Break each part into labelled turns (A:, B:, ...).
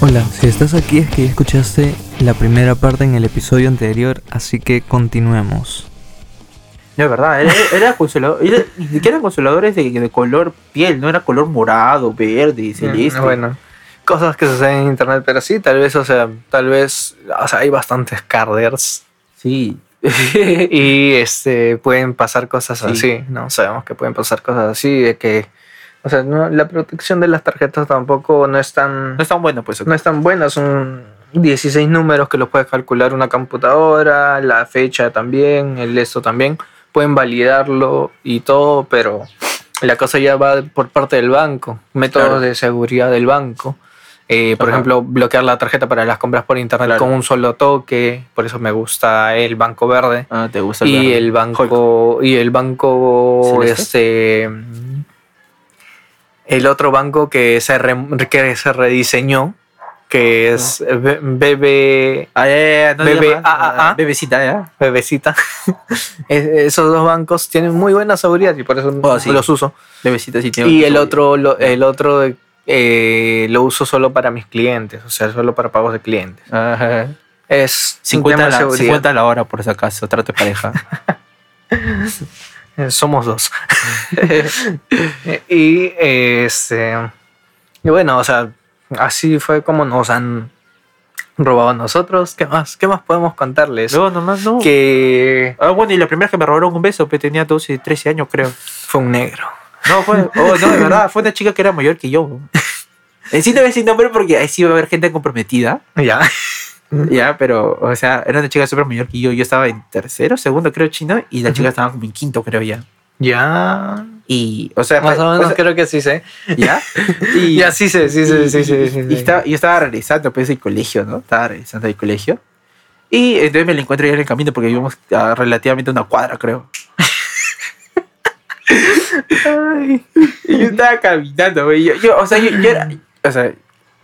A: Hola, si estás aquí es que ya escuchaste la primera parte en el episodio anterior, así que continuemos.
B: No, es verdad, era, era consolador, era- ni siquiera consoladores de, de color piel, no era color morado, verde, celeste.
C: Mm, Bueno, cosas que suceden en internet, pero sí, tal vez, o sea, tal vez, o sea, hay bastantes carders
B: Sí,
C: y este pueden pasar cosas
B: Sí.
C: así, ¿no? Sabemos que pueden pasar cosas así, de que, o sea, no, la protección de las tarjetas tampoco no es tan,
B: no es tan bueno, pues.
C: no es tan buena, son 16 números que los puede calcular una computadora, la fecha también, el esto también, pueden validarlo y todo, pero la cosa ya va por parte del banco, métodos
B: Claro.
C: de seguridad del banco. Eh, por
B: Ajá.
C: ejemplo, bloquear la tarjeta para las compras por internet
B: Claro.
C: con un solo toque, por eso me gusta el banco verde
B: Ah, te gusta
C: y
B: verde.
C: el banco y el banco este el otro banco que se re- que se rediseñó que es B- BB
B: Ah, ya, ya, ya, no
C: Bebé,
B: digas más,
C: ah, ah,
B: ah,
C: ah.
B: Bebecita, ya.
C: bebecita Es- esos dos bancos tienen muy buena seguridad y por eso
B: Oh, sí.
C: los uso
B: Bebecita sí tiene
C: y
B: que
C: el
B: subir.
C: otro lo, el otro eh, lo uso solo para mis clientes o sea solo para pagos de clientes
B: Ajá.
C: es un
B: 50
C: tema
B: a,
C: de
B: la,
C: seguridad.
B: 50 a la hora, por si acaso, trato de pareja.
C: Eh, Somos dos. y eh, este. Y bueno, o sea, así fue como nos han robado a nosotros. ¿Qué más? ¿Qué más podemos contarles?
B: no, nomás no.
C: Que
B: Ah, bueno, y la primera vez que me robaron un beso, pues, tenía 12, 13 años, creo.
C: fue un negro.
B: No, fue, oh, no, de verdad, fue una chica que era mayor que yo. En sí no voy a decir nombre porque ahí sí va a haber gente comprometida.
C: Ya.
B: Ya, pero, o sea, era una chica súper mayor que yo. Yo estaba en tercero, segundo, creo, chino, y la chica estaba como en quinto, creo ya.
C: Ya.
B: Y, o sea,
C: Más
B: fue-
C: o menos
B: sea,
C: creo que sí sé.
B: ya. Y,
C: ya sí sé, sí sé,
B: y-
C: sí sé.
B: y-
C: sí
B: y
C: sé.
B: estaba- yo estaba regresando, pues, del colegio, ¿no? Estaba regresando del colegio. Y entonces me la encuentro ya en el camino porque vivimos a relativamente una cuadra, creo.
C: Ay.
B: Y yo estaba caminando, güey. Yo, yo, o sea, yo, yo era- O sea,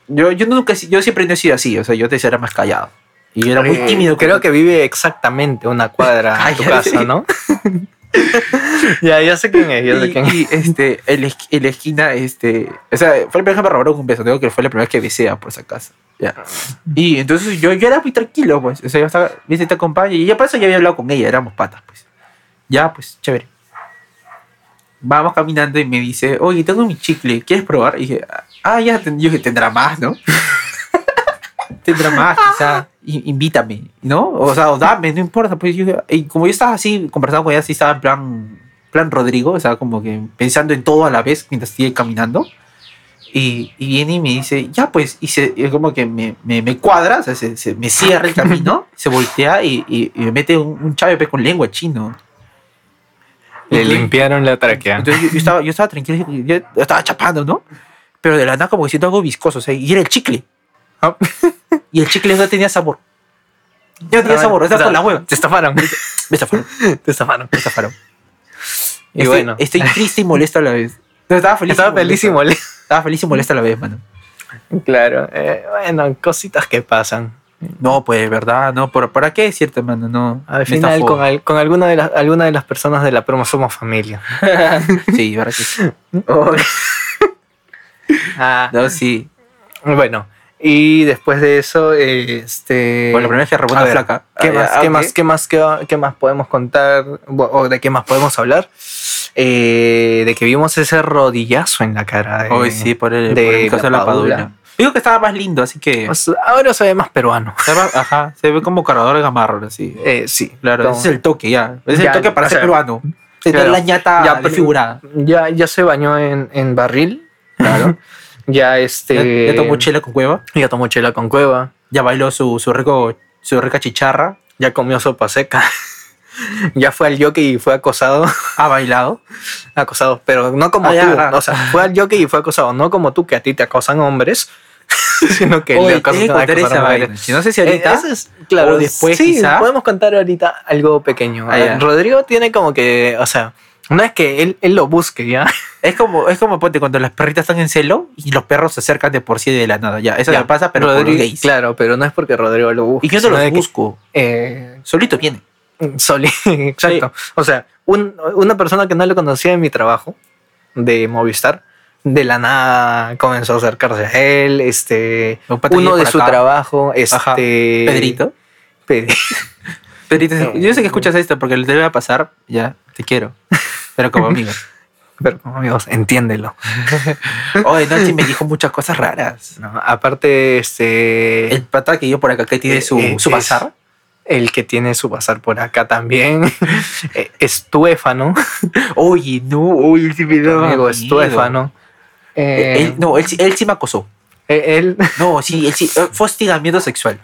B: yo, yo nunca. he si- Yo siempre no he sido así. O sea, yo antes era más callado. Y yo era muy
C: Eh,
B: tímido.
C: Creo que vive exactamente una cuadra a tu
B: Cállate.
C: casa, ¿no? ya, ya sé quién es, ya sé
B: Y,
C: quién es.
B: y, este, en la, esqui- en la esquina, este. O sea, fue la primera vez que me robaron un beso. Tengo que fue la primera vez que besé a por si acaso. Ya. Y entonces yo, yo era muy tranquilo, pues. O sea, yo estaba. Me te acompaña. Y ya por eso ya había hablado con ella. Éramos patas, pues. Ya, pues, chévere. Vamos caminando y me dice, oye, tengo mi chicle, ¿quieres probar? Y dije, ah, ya, ten- yo dije, tendrá más, ¿no? tendrá más, quizá, i- invítame, ¿no? O sea, o dame, no importa. Pues yo, y como yo estaba así, conversando con ella, así estaba en plan, plan Rodrigo, o sea, como que pensando en todo a la vez mientras estoy caminando. Y, y viene y me dice, ya pues, y se, y como que me, me, me cuadra, o sea, se, se- me cierra el camino, se voltea y, y- y me mete un, un chave pues, con lengua chino.
C: Le
B: Entonces-
C: limpiaron la tráquea.
B: entonces yo, yo estaba, yo estaba tranquilo, yo estaba chapando, ¿no? Pero de la nada como que siento algo viscoso, o sea, y era el chicle.
C: Ah.
B: Y el chicle no tenía sabor. Ya no tenía
C: Ah,
B: sabor,
C: o
B: estaba
C: sea,
B: con la hueva.
C: Te estafaron.
B: Me estafaron,
C: Te estafaron. Este
B: me estafaron.
C: Y
B: Estoy-
C: bueno.
B: Estoy triste y molesto a la vez. No, estaba feliz. y
C: Estaba
B: molesto.
C: feliz y molesto.
B: Estaba feliz y molesto a la vez, mano.
C: Claro. eh, bueno, cositas que pasan.
B: No, pues, ¿verdad? No, ¿por, ¿para qué decirte, mano? No.
C: Al
B: me
C: final,
B: estafó.
C: con, al- con alguna, de las, alguna de las personas de la promo somos familia.
B: Sí, ¿verdad que sí? Oh,
C: Ah,
B: no, sí.
C: Bueno, y después de eso, eh, este. eh,
B: Bueno, la primera vez que robó una
C: a ver,
B: flaca.
C: ¿Qué
B: Ah,
C: más,
B: ya,
C: qué,
B: ok.
C: más, qué, más, qué, qué más podemos contar? Bu- ¿O de qué más podemos hablar? Eh, de que vimos ese rodillazo en la cara. de-
B: Hoy sí, por el,
C: de
B: por el caso de la
C: la
B: padula.
C: Padula.
B: Digo que estaba más lindo, así que...
C: O sea, Pues, Ahora se ve más peruano.
B: Se va- ajá, se ve como cargador de gamarro, así.
C: Eh, sí,
B: Claro,
C: Como-
B: ese es el toque ya. Ese es el
C: Ya,
B: toque para
C: o
B: ser
C: sea,
B: peruano. Tener
C: claro.
B: la ñata
C: Ya, pues,
B: prefigurada.
C: ya, ya se bañó en, en barril.
B: Claro.
C: Ya
B: Ya,
C: este.
B: ya tomó chela con cueva.
C: ya tomó chela con cueva.
B: Ya bailó su, su, rico, su rica chicharra.
C: Ya comió sopa seca. ya fue al jockey y fue acosado.
B: Ha bailado.
C: acosado, pero no como
B: Ah, ya,
C: tú.
B: claro.
C: O sea, fue al jockey y fue acosado. No como tú, que a ti te acosan hombres, sino que
B: Oye,
C: le acosan,
B: tienes que contar
C: acosaron
B: esa
C: mujeres.
B: vaina. Si no sé si
C: Eh,
B: ahorita.
C: ese es, claro,
B: o después,
C: sí,
B: quizá.
C: podemos contar ahorita algo pequeño.
B: Ah, ya.
C: Rodrigo tiene como que, o sea, no es que él, él lo busque, ¿ya?
B: Es como, es como ponte cuando las perritas están en celo y los perros se acercan de por sí de la nada. Ya, eso
C: Ya,
B: le pasa, Ah, pero por los
C: Rodrigo-
B: gays.
C: Claro, pero no es porque Rodrigo lo busque.
B: Y yo no
C: sino de
B: los
C: que,
B: busco.
C: eh,
B: Solito viene.
C: Soli, exacto. O sea, un- una persona que no le conocía en mi trabajo de Movistar de la nada comenzó a acercarse a él, este,
B: Un pata
C: uno
B: llega
C: de
B: por
C: su
B: acá.
C: trabajo, este,
B: Ajá. Pedrito.
C: Pedri-
B: Pedrito, yo sé que escuchas esto porque te voy a pasar, ya, te quiero. Pero como amigo.
C: pero como amigos, entiéndelo.
B: Oye, Nachi me dijo muchas cosas raras.
C: ¿no? Aparte, este,
B: El
C: el,
B: pata que yo por acá que tiene
C: Eh,
B: su,
C: eh,
B: su
C: es-
B: bazar.
C: que tiene su pasar por acá también, eh, Estuéfano,
B: Oye, no, oye, sí me daba
C: amigo
B: miedo.
C: Estuéfano.
B: Eh,
C: Eh,
B: él- no, él, sí- él sí me acosó.
C: eh, él,
B: No, sí, él sí. eh, Fue hostigamiento sexual.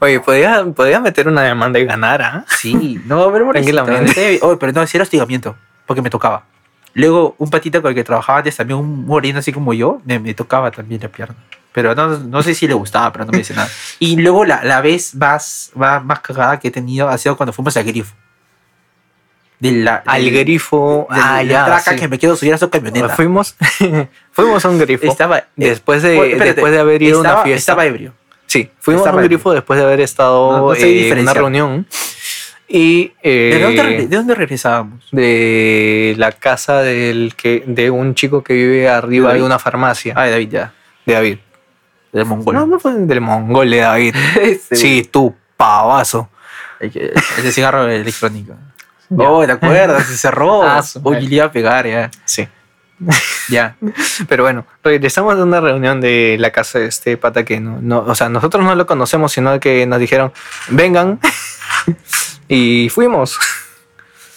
C: oye, podía, podía meter una demanda y ganar, ¿ah?
B: Sí, no, pero
C: Tranquilamente.
B: Oh, pero no, sí era hostigamiento, porque me tocaba. Luego, un patita con el que trabajaba antes, también un moreno así como yo, me, me tocaba también la pierna. Pero no, no sé si le gustaba, pero no me dice nada. Y luego la, la vez más, más, más cagada que he tenido ha sido cuando fuimos al grifo. De la,
C: Al
B: del-
C: grifo,
B: del-
C: ah,
B: la
C: ya,
B: traca
C: sí.
B: que me quedo subir a su camioneta.
C: Fuimos, fuimos a un grifo.
B: Estaba, eh,
C: Después de,
B: oye, espérate,
C: después de haber ido a
B: estaba-
C: una fiesta.
B: Estaba ebrio.
C: sí, fuimos a
B: estaba
C: un
B: ebrio.
C: grifo después de haber
B: No, no
C: estado
B: sé
C: eh, en una
B: diferenciar.
C: reunión. Y eh,
B: ¿De, dónde, re- de dónde regresábamos?
C: de la casa del que, de un chico que vive arriba
B: David. Ah.
C: de una farmacia.
B: Ay, David, ya.
C: De David.
B: Del mongol.
C: No, no fue del mongol de David.
B: Ese.
C: sí, tú, pavazo.
B: El que- el de cigarro electrónico.
C: Ya.
B: Oh, ¿te acuerdas? Se cerró.
C: Ah, su
B: Oye,
C: madre.
B: le iba a pegar, ya.
C: Sí.
B: Ya.
C: Pero bueno, regresamos de una reunión de la casa de este pata que no, no- o sea, nosotros no lo conocemos, sino que nos dijeron, vengan. y fuimos.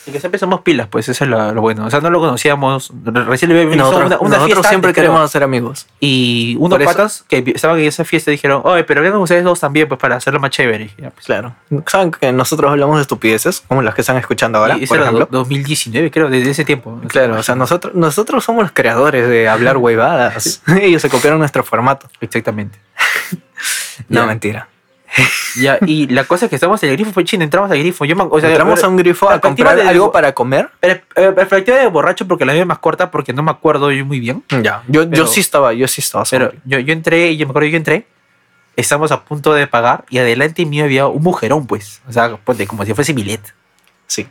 B: Y que siempre somos pilas, pues, eso es lo, lo bueno. O sea, no lo conocíamos. re- Recién le había visto
C: Nosotros,
B: una, una
C: nosotros
B: fiesta
C: siempre
B: antes, creo.
C: queremos hacer amigos.
B: Y unos
C: Por eso-
B: patas que vi- estaban en esa fiesta dijeron, oye, pero vengan ustedes dos también, pues, para hacerlo más chévere. Ya, pues.
C: Claro. Saben que nosotros hablamos de estupideces, como las que están escuchando ahora,
B: Y eso
C: por
B: era
C: ejemplo.
B: do- 2019, creo, desde ese tiempo.
C: Claro, o sea, nosotros, nosotros somos los creadores de hablar huevadas. Ellos se copiaron nuestro formato.
B: Exactamente.
C: No,
B: Ya.
C: mentira.
B: Ya, y la cosa es que estamos en el grifo, fue chino, entramos al grifo. Yo me- o sea,
C: Entramos a un grifo a
B: perspectiva
C: comprar
B: de-
C: algo para comer.
B: per- eh, Perspectiva de borracho porque la mía es más corta porque no me acuerdo yo muy bien.
C: Ya, yo, yo
B: Pero-
C: sí estaba, yo sí estaba.
B: Pero
C: sobrio.
B: yo, yo entré, y yo me acuerdo, yo entré, estamos a punto de pagar y adelante mío había un mujerón, pues. O sea, ponte como si fuese Milet.
C: sí.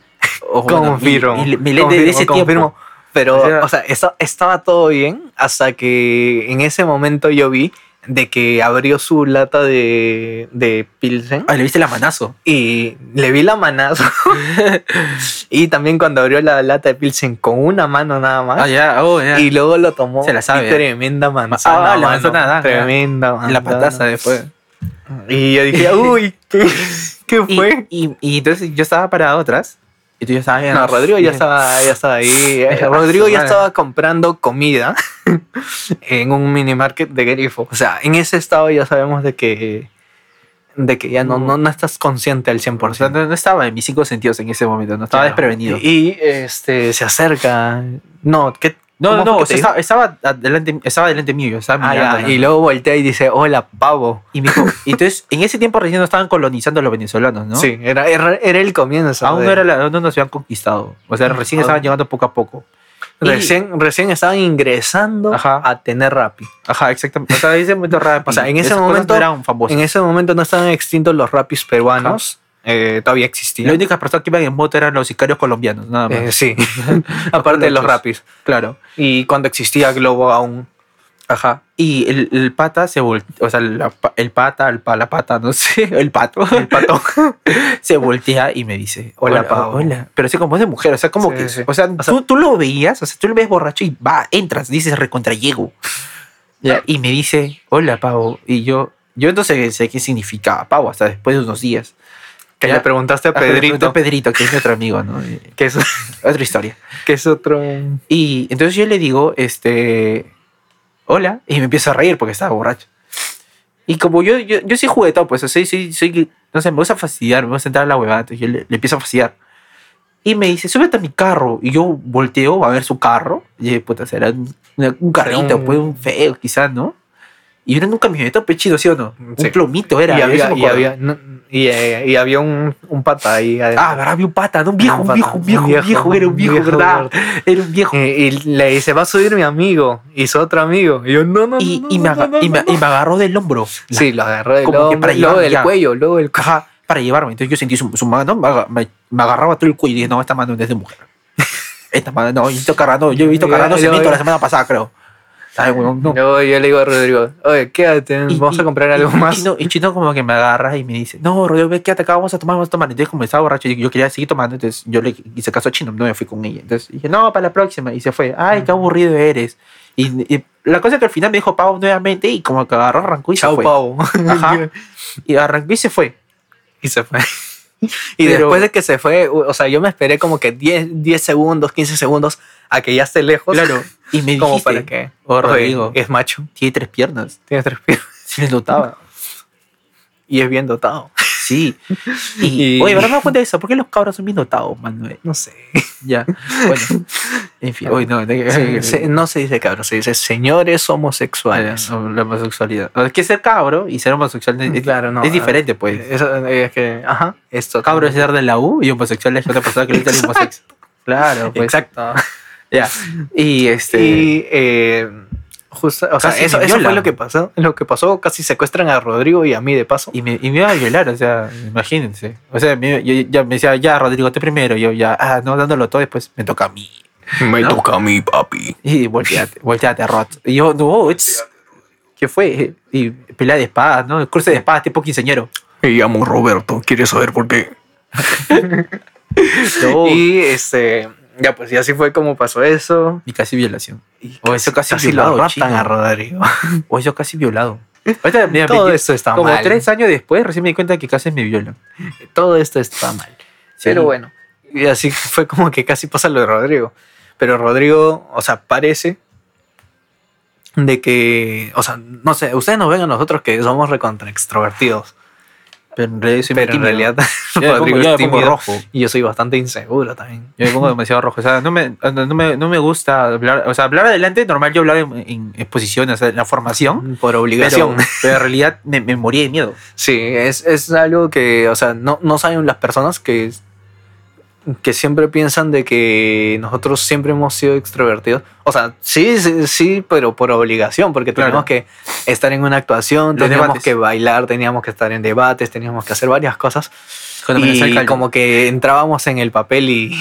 B: O, bueno,
C: Confirmo.
B: Mil- Mil- Milet de- de
C: confirmo,
B: ese
C: confirmo.
B: tiempo.
C: Pero,
B: O sea-
C: o sea, esta- estaba todo bien hasta que en ese momento yo vi de que abrió su lata de, de Pilsen.
B: Ay, Ah, le viste la manazo.
C: y le vi la manazo. y también cuando abrió la lata de Pilsen con una mano nada más.
B: Ah, ya, oh, ya.
C: Y luego lo tomó.
B: Se la sabe,
C: y
B: ¿eh?
C: tremenda manzana.
B: Ah, la
C: mano,
B: manzana naranja.
C: Tremenda
B: Y la
C: manzana.
B: pataza después.
C: Y yo dije, uy, ¿qué, qué
B: Y,
C: fue?
B: y, y entonces yo estaba parado atrás y tú ya estabas
C: no, Rodrigo ya
B: estaba
C: estaba, ya estaba ahí. Eh,
B: Ah,
C: Rodrigo
B: su
C: ya
B: madre.
C: estaba comprando comida en un mini market de grifo. O sea, en ese estado ya sabemos de que, de que ya no, no, no estás consciente al 100%.
B: Por eso no, no estaba en mis cinco sentidos en ese momento, no estaba
C: Claro.
B: desprevenido.
C: Y este se acerca. No, ¿qué?
B: no,
C: cómo
B: no,
C: fue
B: no,
C: que
B: o sea,
C: te dijo?
B: estaba, estaba adelante, estaba adelante mío, yo estaba
C: Ah, ya,
B: mirando, ¿no?
C: Y luego voltea y dice, hola, pavo.
B: Y me dijo, y entonces en ese tiempo recién nos estaban colonizando los venezolanos, ¿no?
C: Sí, era, era, era el comienzo.
B: Aún
C: de-
B: no, era la- no nos habían conquistado. O sea, recién
C: Ah.
B: estaban llegando poco a poco. Y-
C: Recién, recién estaban ingresando
B: Ajá.
C: a tener Rappi.
B: Ajá, exactamente. O sea, en ese momento raro.
C: O sea, en ese
B: Esas cosas
C: momento-
B: No eran famosas.
C: En ese momento no estaban extintos los Rappis peruanos. eh, todavía
B: Las
C: existían.
B: únicas personas que iban en moto eran los sicarios colombianos, nada más.
C: Eh, sí, aparte de los
B: colochos.
C: Rappis.
B: claro.
C: Y cuando existía Globo aún.
B: Ajá. Y el, el pata se voltea. O sea, la pa- el pata, el pa- la pata, no sé, el pato. El pato. se voltea y me dice:
C: Hola,
B: Hola,
C: pavo.
B: Hola. Pero así como es de mujer. O sea, como
C: Sí,
B: que.
C: sí.
B: O sea, tú, tú lo veías, o sea, tú lo ves borracho y va, entras, dices recontrallego. Ya, Y me dice: Hola, pavo. Y yo. Yo no sé, sé qué significaba pavo hasta después de unos días.
C: Que
B: Ya.
C: le preguntaste a
B: Ah, pero le pregunté
C: Pedrito,
B: a Pedrito, que es nuestro amigo, ¿no? Y-
C: que es,
B: Otra historia.
C: que es otro...
B: Y entonces yo le digo, este, hola, y me empiezo a reír porque estaba borracho. Y como yo, yo, yo soy juguetón, pues, soy, soy, soy, no sé, me gusta fastidiar, me gusta entrar a la huevada, entonces yo le, le empiezo a fastidiar. Y me dice, súbete a mi carro. Y yo volteo a ver su carro. Y dije, puta, será un, una- un carrito,
C: un-
B: pues, un feo, quizás, ¿no? Y era un camioneta pechido, pues, ¿sí o no?
C: Sí.
B: Un plomito era.
C: y,
B: yo sí
C: había,
B: me
C: y
B: acuerdo.
C: había- no, y, eh, y había un, un pata ahí adentro.
B: Ah, ¿verdad? Había un pata, ¿no? Un viejo, un
C: pata,
B: viejo, un viejo, un viejo, era un viejo, ¿verdad? Era un viejo.
C: Y, y le dice, va a subir mi amigo. Y su otro amigo. Y yo, no, no,
B: y,
C: no,
B: y
C: no,
B: me
C: no,
B: aga-
C: no,
B: y me-
C: no, no".
B: y me agarró del hombro.
C: Sí, lo agarró del
B: Como que
C: hombro,
B: para
C: luego
B: llevar,
C: del
B: ya.
C: cuello, luego del cuello.
B: Ajá, para llevarme. Entonces yo sentí su, su mano, me, aga- me- me agarraba todo el cuello y dije, no, esta mano no es de mujer. Esta mano, no, yo he visto cargando, yo he visto
C: Ya,
B: cargando
C: ya,
B: cemento
C: ya.
B: la semana pasada, creo. Ay, weón, no.
C: Yo, yo le digo a Rodrigo, oye, quédate,
B: Y-
C: vamos
B: y-
C: a comprar
B: y-
C: algo
B: y
C: más.
B: Chino, y Chino como que me agarra y me dice, no, Rodrigo, ve, quédate acá, vamos a tomar, vamos a tomar. Entonces como estaba borracho, yo, yo quería seguir tomando, entonces yo le hice caso a Chino, no me fui con ella. Entonces dije, no, para la próxima. Y se fue, ay, qué aburrido eres. Y, y la cosa es que al final me dijo Pau nuevamente y como que agarró, arrancó y se
C: Chao,
B: fue.
C: pavo.
B: Ajá. Y arrancó y se fue.
C: Y se fue. Y
B: Pero-
C: después de que se fue, o o sea, yo me esperé como que 10, 10 segundos, 15 segundos a que ya esté lejos.
B: Claro. Y me
C: Como
B: dijiste,
C: para que.
B: oh,
C: oye,
B: Rodrigo,
C: Es macho,
B: tiene tres piernas.
C: tiene tres piernas
B: Se le notaba.
C: y es bien dotado.
B: Sí. Y,
C: Y-
B: oye, ¿verdad me cuenta de eso? ¿Por qué los cabros son bien notados, Manuel?
C: No sé.
B: Ya. Bueno. En fin. Oye, no.
C: Se- se- no se dice cabrón, se dice señores homosexuales.
B: Vale, no, la homosexualidad. O sea, Es que ser cabro y ser homosexual es,
C: Claro, no,
B: es
C: a-
B: diferente, pues.
C: Eso, eh, es que, ajá, esto.
B: Cabro es ser de la U y homosexual es otra persona que le dice homosexual. Claro, pues.
C: Exacto.
B: Ya. Y este.
C: Y eh, justo, o sea,
B: Casi
C: eso,
B: me
C: eso fue
B: violan.
C: lo que pasó. Lo que pasó, casi secuestran a Rodrigo y a mí de paso.
B: Y me, y me iba a violar, o sea, imagínense. O sea, me, yo, yo- ya me decía, ya, Rodrigo, tú primero. Yo ya, ah, no, dándolo todo, después me toca a mí.
C: me
B: ¿no?
C: toca a mí, papi.
B: Y volteate, volteate, Rod. Y yo, no, it's, ¿qué fue? Y pelea de espadas, ¿no? El curso de espadas, tipo quinceñero.
C: Me llamo Roberto, ¿quieres saber por qué?
B: No, y,
C: Y este, ya pues, y así fue como pasó eso.
B: casi violación.
C: Y
B: O eso casi,
C: casi
B: violado,
C: lo raptan
B: chino.
C: a Rodrigo.
B: O yo casi violado. Ahorita, mira,
C: Todo
B: veinti-
C: esto está
B: como
C: mal.
B: tres años después recién me di cuenta que casi me violan.
C: Todo esto está mal. Pero bueno, y así fue como que casi pasa lo de Rodrigo. Pero Rodrigo, o sea, parece de que, o sea, no sé, ustedes nos ven a nosotros que somos recontra extrovertidos,
B: Pero en realidad soy
C: pero
B: muy
C: en
B: tímido.
C: realidad
B: yo me pongo,
C: Rodrigo es
B: yo me pongo
C: tímido
B: rojo.
C: y yo soy bastante inseguro también.
B: Yo me pongo demasiado rojo. O sea, no me, no me, no me gusta hablar. O sea, hablar adelante, normal yo hablar en, en exposiciones, o sea, en la formación.
C: Por
B: Pero,
C: obligación.
B: pero en realidad me, me moría de miedo.
C: Sí, es, es algo que, o sea, no, no saben las personas que, que siempre piensan de que nosotros siempre hemos sido extrovertidos. O sea, sí, sí, sí, pero por obligación, porque
B: Claro.
C: teníamos que estar en una actuación,
B: Los
C: teníamos
B: debates.
C: que bailar, teníamos que estar en debates, teníamos que hacer varias cosas.
B: Cuando me
C: y
B: acerca el-
C: como que entrábamos en el papel y,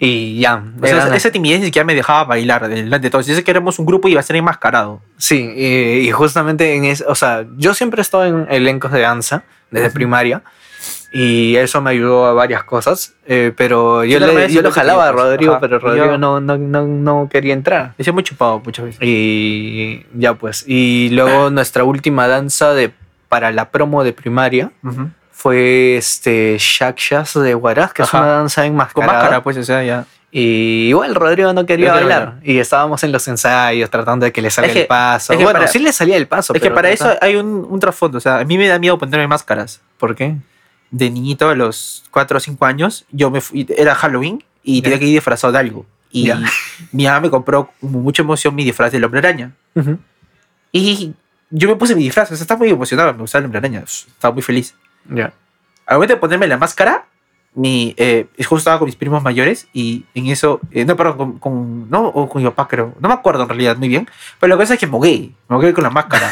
C: y ya.
B: o sea,
C: Era-
B: esa timidez ni siquiera me dejaba bailar delante de todos. Yo sé que éramos un grupo y iba a ser enmascarado.
C: Sí, y, y justamente en eso, o sea, yo siempre he estado en elencos de danza desde primaria y eso me ayudó a varias cosas, eh, pero yo,
B: Yo también
C: le, yo
B: siento
C: lo
B: que
C: jalaba a
B: tienes,
C: Rodrigo,
B: ajá,
C: pero
B: y yo-
C: Rodrigo no, no, no, no quería entrar.
B: Me muy chupado muchas veces.
C: Y ya pues, y
B: Ah.
C: luego nuestra última danza de, para la promo de primaria
B: Ujú.
C: fue este Shakshas de Huaraz, que
B: Ajá.
C: es una danza
B: Con
C: enmascarada.
B: máscara, pues, o sea, ya.
C: Y igual Rodrigo no quería
B: No quería
C: bailar.
B: bailar.
C: Y estábamos en los ensayos tratando de que le salga
B: que-
C: el paso.
B: es que
C: bueno,
B: para-
C: sí le salía el paso.
B: Es que
C: pero
B: para
C: trata-
B: eso hay un, un trasfondo. O sea, a mí me da miedo ponerme máscaras.
C: ¿Por qué?
B: de niñito a los 4 o 5 años, yo me fui, era Halloween y
C: Ya.
B: tenía que ir disfrazado de algo. Y
C: Ya.
B: mi mamá me compró con mucha emoción mi disfraz del hombre araña. Y yo me puse mi disfraz, o sea, estaba muy emocionado, me gustaba el hombre araña, estaba muy feliz.
C: Ya.
B: Al momento de ponerme la máscara, mi, eh, justo estaba con mis primos mayores y en eso, eh, no, perdón, con, con- no, o con mi papá creo, no me acuerdo en realidad muy bien, pero la cosa es que me mogué, me mogué con la máscara.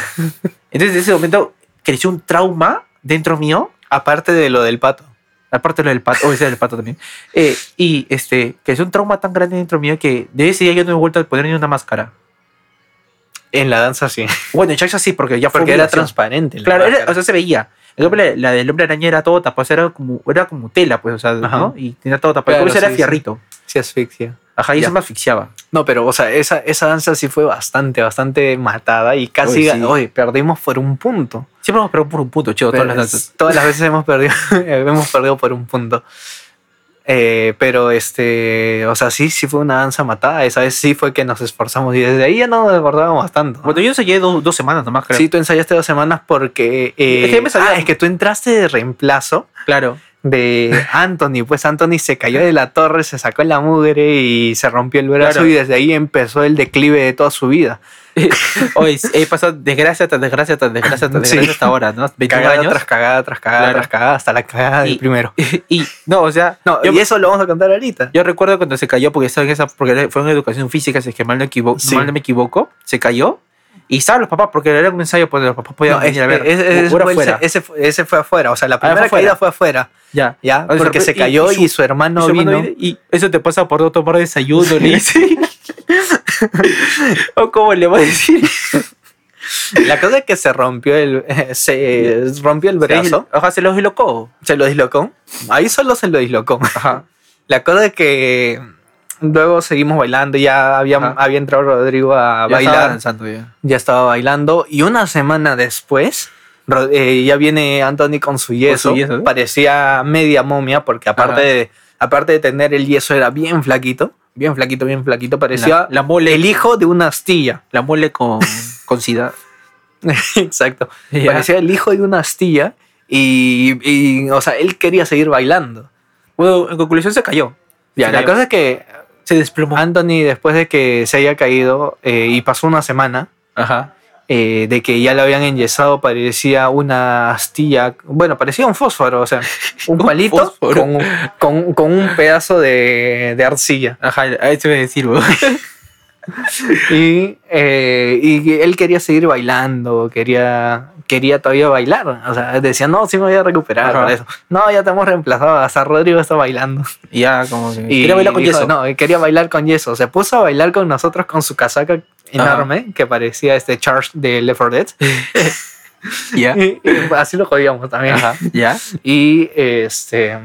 B: Entonces, en ese momento creció un trauma dentro mío
C: Aparte de lo del pato.
B: aparte de lo del pato, o ese del pato también, Eh, y este, que es un trauma tan grande dentro mío que de ese día yo no me he vuelto a poner ni una máscara.
C: En la danza sí.
B: Bueno, en Shakespeare sí, porque ya fue
C: Porque era
B: obligación.
C: transparente. la
B: Claro, era-
C: máscara.
B: o sea, se veía. El hombre- la del hombre araña era todo tapado, o sea, era como, era como tela, pues, o sea,
C: Ajá.
B: ¿no? Y tenía todo tapado.
C: Claro,
B: Por eso era
C: sí, sí.
B: fierrito.
C: sí asfixia.
B: Ajá, y
C: Ya.
B: eso me asfixiaba.
C: No, pero, o sea, esa, esa danza sí fue bastante, bastante matada y casi,
B: Uy,
C: gan-
B: sí.
C: oye, perdimos por un punto.
B: Siempre hemos pegado por un punto, chido, todas las
C: Pero
B: danzas.
C: es- todas las veces hemos perdido, hemos perdido por un punto. Eh, pero este, o sea, sí, sí fue una danza matada. Esa vez sí fue que nos esforzamos y desde ahí ya no nos esforzábamos tanto.
B: Bueno, yo ensayé dos, dos semanas nomás, creo.
C: Sí, tú ensayaste dos semanas porque. eh,
B: Es que me salía-
C: ah, es que tú entraste de reemplazo
B: claro.
C: de Anthony. Pues Anthony se cayó de la torre, se sacó la mugre y se rompió el brazo.
B: Claro.
C: Y desde ahí empezó el declive de toda su vida.
B: Hoy he pasado desgracia tras desgracia tras desgracia tras
C: Sí.
B: desgracia hasta ahora, ¿no? 21
C: Cagada
B: años.
C: tras cagada, tras cagada,
B: Claro.
C: tras cagada, hasta la cagada
B: Y-
C: del primero.
B: Y, no, o sea,
C: No,
B: yo-
C: y eso lo vamos a contar ahorita.
B: Yo recuerdo cuando se cayó, porque, esa- esa- porque fue en educación física, si es que mal no, equivo-
C: Sí.
B: mal no me equivoco, se cayó. Y estaban los papás, porque era un ensayo, porque los papás podían
C: No,
B: venir a
C: este,
B: ver.
C: ese- ese
B: Fuera,
C: fue el-
B: fuera. Ah,
C: Ese, fue- ese fue afuera, o sea, la
B: fue
C: primera
B: afuera.
C: caída fue afuera,
B: ya.
C: ¿ya?
B: Ah,
C: Porque
B: sorpre-
C: se
B: y-
C: cayó
B: y
C: y,
B: su-
C: su hermano
B: Y su
C: vino.
B: hermano viene, Y eso te pasa por no tomar desayuno, le dice. ¿O cómo le voy a decir?
C: La cosa es que se rompió el, se rompió el brazo,
B: Ajá, se los dislocó.
C: se lo dislocó. Ahí solo se lo dislocó.
B: Ajá.
C: La cosa es que luego seguimos bailando, ya había,
B: Ajá.
C: había entrado Rodrigo a
B: Ya estaba
C: bailar,
B: danzando ya.
C: ya estaba bailando y una semana después Ro- eh, ya viene Anthony con su yeso,
B: yeso, ¿eh?
C: parecía media momia porque aparte
B: Ajá.
C: de, aparte de tener el yeso era bien flaquito, bien flaquito, bien flaquito, parecía
B: La, la mole.
C: el hijo de una astilla.
B: La mole con, con sida.
C: Exacto.
B: Ya.
C: Parecía el hijo de una astilla y, y, o sea, él quería seguir bailando.
B: Bueno, en conclusión se cayó.
C: Ya,
B: Se
C: la
B: cayó.
C: cosa es que
B: se desplomó.
C: Anthony, después de que se haya caído eh, y pasó una semana
B: Ajá.
C: eh, de que ya lo habían enyesado, parecía una astilla, bueno, parecía un fósforo, o sea, un
B: Un
C: palito
B: fósforo.
C: con, con- con un pedazo de, de arcilla.
B: Ajá, a eso me decir, weón.
C: Y, eh, y él quería seguir bailando, quería, quería todavía bailar. O sea, decía, no, sí me voy a recuperar.
B: Ajá.
C: por eso. No, ya te hemos reemplazado, hasta Rodrigo está bailando.
B: Y ya, como que.
C: Y
B: Quería bailar con
C: dijo,
B: yeso.
C: No, quería bailar con yeso. Se puso a bailar con nosotros con su casaca enorme que parecía este Charge de Left 4 Dead.
B: Ya.
C: Y- y así lo jodíamos también.
B: Ajá. Ya.
C: Y este.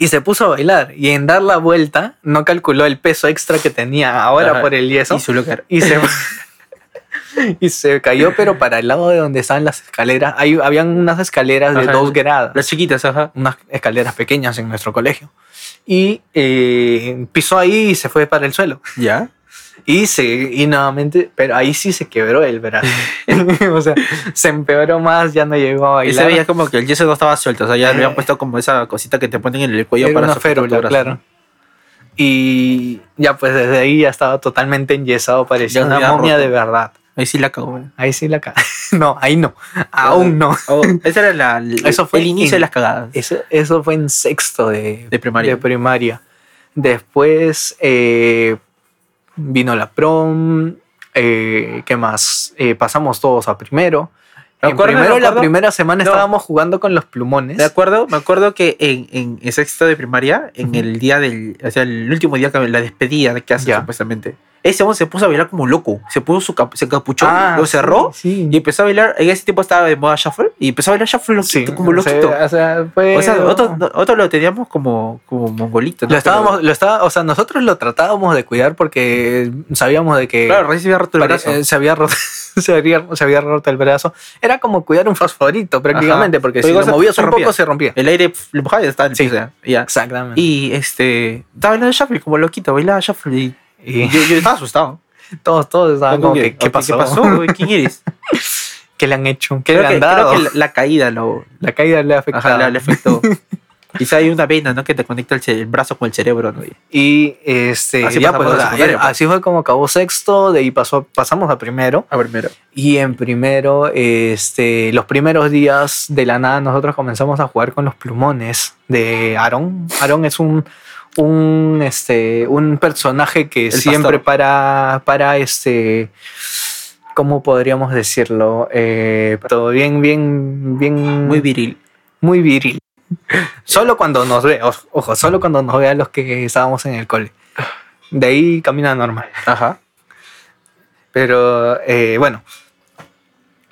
C: Y se puso a bailar. Y en dar la vuelta, no calculó el peso extra que tenía ahora
B: Ajá.
C: por el yeso.
B: Y su lugar.
C: Y se. Y se cayó, pero para el lado de donde estaban las escaleras, ahí habían unas escaleras de
B: Ajá.
C: dos gradas
B: Las chiquitas, ajá.
C: unas escaleras pequeñas en nuestro colegio. Y eh, pisó ahí y se fue para el suelo.
B: Ya.
C: Y, se, y nuevamente, pero ahí sí se quebró el brazo. o sea, se empeoró más, ya no llegó a
B: Y se
C: bailar.
B: veía como que el yeso no estaba suelto. O sea, ya le habían puesto como esa cosita que te ponen en el cuello
C: Eh, Era
B: para
C: una
B: sujetar tu
C: férula,
B: brazo.
C: claro. Y ya pues desde ahí ya estaba totalmente enyesado, parecía
B: Ya se
C: una
B: había
C: momia
B: roto.
C: de verdad.
B: Ahí sí la cagó, weón.
C: Ahí sí la ca- No, ahí no. Aún no.
B: Oh, esa era la,
C: Eso fue
B: el inicio
C: en-
B: de las cagadas.
C: Eso, eso fue en sexto de,
B: De primaria.
C: de primaria. Después eh, vino la prom. eh, ¿Qué más? Eh, pasamos todos a primero.
B: Me
C: En
B: acuerdo,
C: primero,
B: me
C: la
B: acuerdo.
C: primera semana
B: No.
C: estábamos jugando con los plumones.
B: Me acuerdo, me acuerdo que en, en el sexto de primaria, en el día del, o sea, el último día que la despedida que hace
C: Ya.
B: supuestamente, ese hombre se puso a bailar como loco, se puso su cap- se capuchó,
C: Ah,
B: lo cerró
C: sí,
B: y empezó a bailar. En ese tiempo estaba de moda shuffle y empezó a bailar shuffle loquito,
C: sí.
B: como
C: O sea,
B: loquito.
C: o sea, fue-
B: O sea, nosotros, nosotros lo teníamos como, como mongolito. ¿no?
C: lo estábamos, lo estaba, o sea, nosotros lo tratábamos de cuidar porque sabíamos de que
B: Pero, claro, recién se había roto el
C: pare-
B: brazo.
C: eh, se, había roto, se, había, se había roto el brazo. Era como cuidar un fosforito prácticamente,
B: Ajá.
C: porque
B: Pero
C: si
B: igual
C: lo
B: se-
C: movías
B: se
C: un
B: rompía.
C: poco se rompía.
B: El aire pf, lo mojaba y ya estaba en el
C: Sí.
B: piso, ya. Ya.
C: Exactamente.
B: Y este, estaba bailando shuffle como loquito, bailaba shuffle y
C: Y
B: yo, yo estaba asustado.
C: todos, todos estaban como,
B: Como
C: que,
B: que,
C: Ah, ¿qué
B: ok,
C: pasó?
B: ¿Qué pasó? ¿Quién eres?
C: ¿Qué le han hecho? ¿Qué
B: creo
C: le han
B: que,
C: dado?
B: creo que la, la caída lo,
C: La caída le ha afectado.
B: ajá, le, le afectó. Quizá hay una vena, ¿no? Que te conecta el, ce- el brazo con el cerebro, ¿no? Y-
C: Y este,
B: Así
C: ya,
B: pasa
C: pues,
B: por
C: o
B: la
C: sea,
B: secundaria,
C: eh,
B: pues.
C: así fue como acabó sexto, de ahí pasó, pasamos a primero.
B: A primero.
C: Y en primero, este, los primeros días de la nada, nosotros comenzamos a jugar con los plumones de Aarón. Aarón es un, un, este, un personaje que
B: El
C: siempre
B: pastor.
C: para, para este, ¿cómo podríamos decirlo? Eh, todo bien, bien, bien.
B: Muy viril.
C: muy viril. Solo cuando nos ve, o- ojo, solo cuando nos vea los que estábamos en el cole. De ahí camina normal.
B: Ajá.
C: Pero eh, bueno,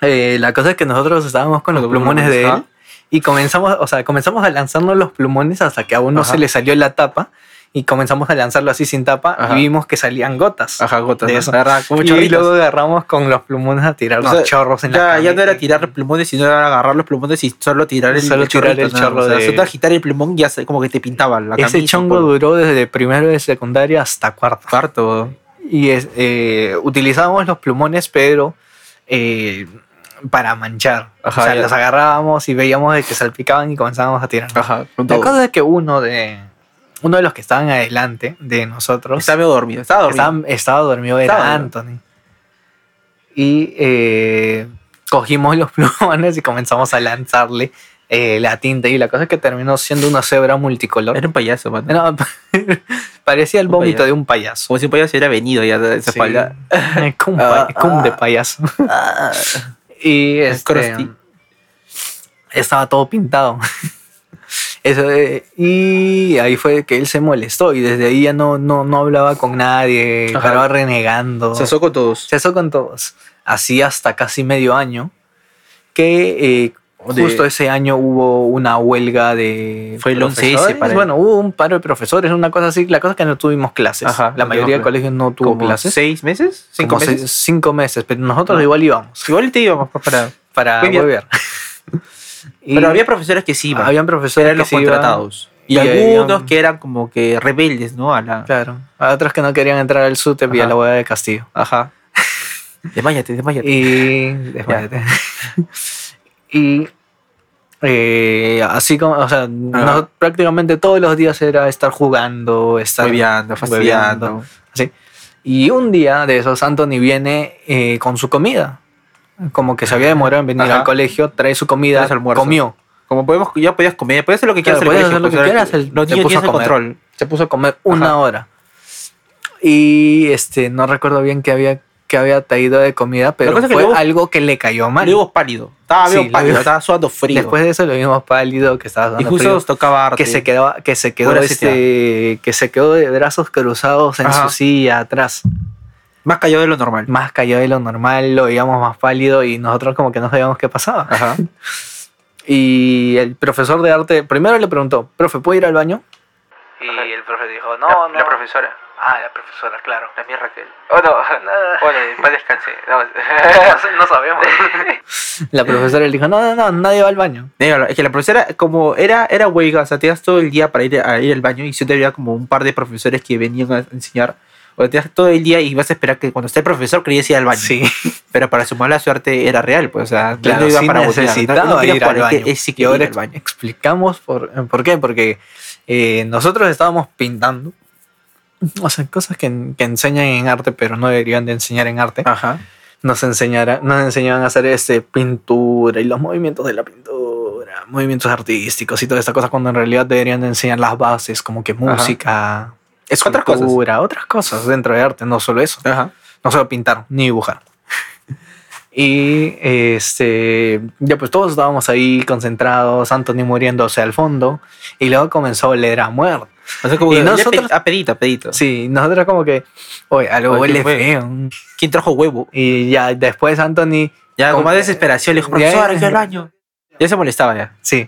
C: Eh, la cosa es que nosotros estábamos con los
B: Los
C: plumones
B: plumones,
C: de
B: ajá.
C: él y comenzamos, o sea, comenzamos a lanzarnos los plumones hasta que a uno
B: Ajá.
C: se le salió la tapa y comenzamos a lanzarlo así sin tapa
B: Ajá.
C: y vimos que salían gotas.
B: Ajá, gotas.
C: De
B: ¿no?
C: eso.
B: Agarra como
C: Y
B: chorritos.
C: luego agarramos con los plumones a tirar
B: O
C: los
B: sea,
C: chorros en la
B: ya, ya no era
C: camisa.
B: tirar los plumones, sino era agarrar los plumones y solo tirar el,
C: Solo
B: el
C: tirar
B: chorrito,
C: el
B: nada más.
C: chorro
B: O sea,
C: de-
B: solo agitar el plumón y ya se- como que te pintaba la camisa. pues.
C: Ese chongo
B: por-
C: duró desde primero de secundaria hasta cuarto.
B: Cuarto.
C: y es, eh, utilizábamos los plumones, pero eh, para manchar.
B: Ajá,
C: o sea,
B: ya.
C: los agarrábamos y veíamos de que salpicaban y comenzábamos a tirar.
B: Ajá, con
C: La
B: todo.
C: cosa es que uno de, uno de los que estaban adelante de nosotros
B: Estaba medio dormido. Estaba dormido.
C: estaba, estaba dormido, era
B: Estaba dormido.
C: Anthony. Y eh, cogimos los plumones y comenzamos a lanzarle eh, la tinta. Y la cosa es que terminó siendo una cebra multicolor.
B: Era un payaso, mano.
C: No, parecía el
B: Un
C: vómito
B: payaso.
C: de un payaso.
B: Como si un payaso hubiera venido ya de esa
C: Sí.
B: espalda.
C: Cum, pa-
B: Ah,
C: cum de
B: ah.
C: payaso. y este,
B: Krusty.
C: estaba todo pintado. Eso, eh, y ahí fue que él se molestó y desde ahí ya no, no, no hablaba con nadie,
B: Ajá.
C: paraba renegando.
B: Se asó con todos.
C: Se asó con todos. Así hasta casi medio año, que eh,
B: De-
C: justo ese año hubo una huelga de
B: Fue lo- sí, sí,
C: profesores.
B: para-
C: bueno, hubo un paro de profesores, una cosa así. La cosa es que no tuvimos clases.
B: Ajá,
C: la
B: no
C: mayoría de
B: tuvimos
C: colegios no tuvo
B: ¿Como
C: clases.
B: ¿Seis meses? ¿Cinco
C: Como
B: meses?
C: seis- cinco meses, pero nosotros
B: No.
C: igual íbamos
B: Igual te íbamos pues, para...
C: para
B: Muy bien.
C: huevear. Y
B: Pero había profesores que sí iban.
C: habían
B: eran
C: profesores que
B: los
C: se iban-
B: contratados. Y,
C: y
B: algunos
C: habían-
B: que eran como que rebeldes, ¿no? A la...
C: Claro. A otros que no querían entrar al SUTEP y a
B: Ajá.
C: la hueá de Castillo.
B: Ajá. Desmayate, desmayate.
C: Y. desmayate. y. eh, así como, o sea, nos- prácticamente todos los días era estar jugando, estar
B: Hueveando, fastidiando.
C: así. Y un día de esos, Anthony viene eh, con su comida. Como que se había demorado en venir
B: Ajá.
C: al colegio, trae su comida,
B: Trae su almuerzo.
C: colegio, comió.
B: Como podemos, ya podías comer, podías hacer lo que
C: Claro,
B: quieras. en
C: podías
B: el
C: hacer
B: colegio,
C: lo que
B: porque
C: quieras,
B: ahora
C: el-
B: Los
C: se
B: niños
C: puso a
B: tienen
C: comer.
B: el control.
C: Se puso a comer una
B: Ajá.
C: hora. Y este, no recuerdo bien qué había, qué había traído de comida, pero
B: cosa es que
C: fue
B: luego-
C: algo que le cayó mal.
B: Lo vimos pálido. Estaba
C: Sí,
B: medio
C: lo
B: pálido,
C: vimos-
B: estaba sudando frío.
C: Después de eso lo vimos pálido, que estaba
B: y
C: sudando
B: justo
C: frío,
B: nos tocaba arte.
C: que se quedó, que se quedó
B: Pura
C: este, que se quedó de brazos cruzados en
B: Ajá.
C: su silla atrás,
B: Más cayó de lo normal.
C: más cayó de lo normal, lo veíamos más pálido y nosotros como que no sabíamos qué pasaba.
B: Ajá.
C: Y el profesor de arte primero le preguntó, profe, ¿puedo ir al baño? Y el profe dijo, no, no.
B: profesora,
C: Ah, la profesora, claro.
B: la mía Raquel.
C: Oh, no,
B: Hola, paz descanse.
C: no sabemos. La profesora le dijo, no, no, no, nadie va al baño.
B: es que la profesora, como era, era huelga, o sea, tenías todo el día para ir a ir al baño y siempre había como un par de profesores que venían a enseñar. O sea, tenías todo el día y ibas a esperar que cuando esté el profesor querías ir al baño.
C: Sí.
B: Pero para su mala suerte era real, pues, o sea, yo
C: Claro,
B: no iba
C: sí
B: para botear,
C: necesitaba
B: no, no quería
C: ir al
B: jugar,
C: baño.
B: es- sí
C: y
B: quería ir
C: ahora
B: al baño.
C: explicamos por, por qué. Porque eh, nosotros estábamos pintando. O sea, cosas que, que enseñan en arte, pero no deberían de enseñar en arte.
B: Ajá.
C: Nos, enseñara, nos enseñaban a hacer este, pintura y los movimientos de la pintura, movimientos artísticos y toda esta cosa, cuando en realidad deberían de enseñar las bases, como que música,
B: Es otras cosas.
C: escultura, otras cosas dentro de arte, no solo eso
B: Ajá.
C: no solo pintar ni dibujar. Y este, ya pues todos estábamos ahí concentrados, Anthony muriéndose al fondo, y luego comenzó a oler a muerte.
B: O sea, como
C: Y
B: que ya
C: nosotros-
B: pe- a pedito, a pedito.
C: Sí, nosotros como que, oye, algo
B: Oye, ¿qué
C: huele
B: fue?
C: feo.
B: ¿Quién trajo huevo?
C: Y ya después Anthony,
B: Ya con
C: Como-
B: más desesperación le dijo,
C: Ya,
B: profesora,
C: ya.
B: yo al baño. Ya se molestaba ya.
C: sí.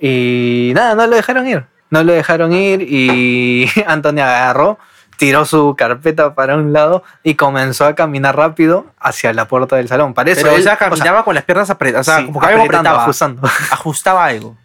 C: Y nada, no lo dejaron ir. No lo dejaron ir y Anthony agarró, tiró su carpeta para un lado y comenzó a caminar rápido hacia la puerta del salón. Para eso,
B: Pero, o
C: él-
B: sea,
C: o sea,
B: caminaba con las piernas apretadas, o sea,
C: sí,
B: como que algo
C: apretando,
B: apretaba,
C: ajustando.
B: ajustaba algo.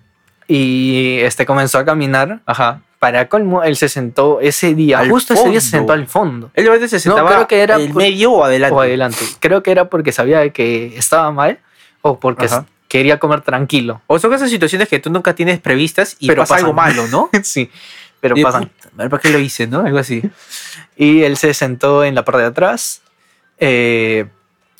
C: Y este comenzó a caminar.
B: Ajá.
C: Para colmo, él se sentó ese día.
B: Al
C: justo ese día se
B: fondo.
C: sentó al fondo.
B: Él a veces se
C: No,
B: sentaba
C: creo que era
B: el
C: por-
B: medio o adelante.
C: O adelante. Creo que era porque sabía que estaba mal o porque
B: Ajá.
C: quería comer tranquilo.
B: O son esas situaciones que tú nunca tienes previstas y
C: Pero
B: pasa algo
C: pasan.
B: malo, ¿no?
C: sí, pero
B: Y,
C: pasan.
B: puta madre, ¿Para qué lo hice, no? Algo así.
C: Y él se sentó en la parte de atrás eh,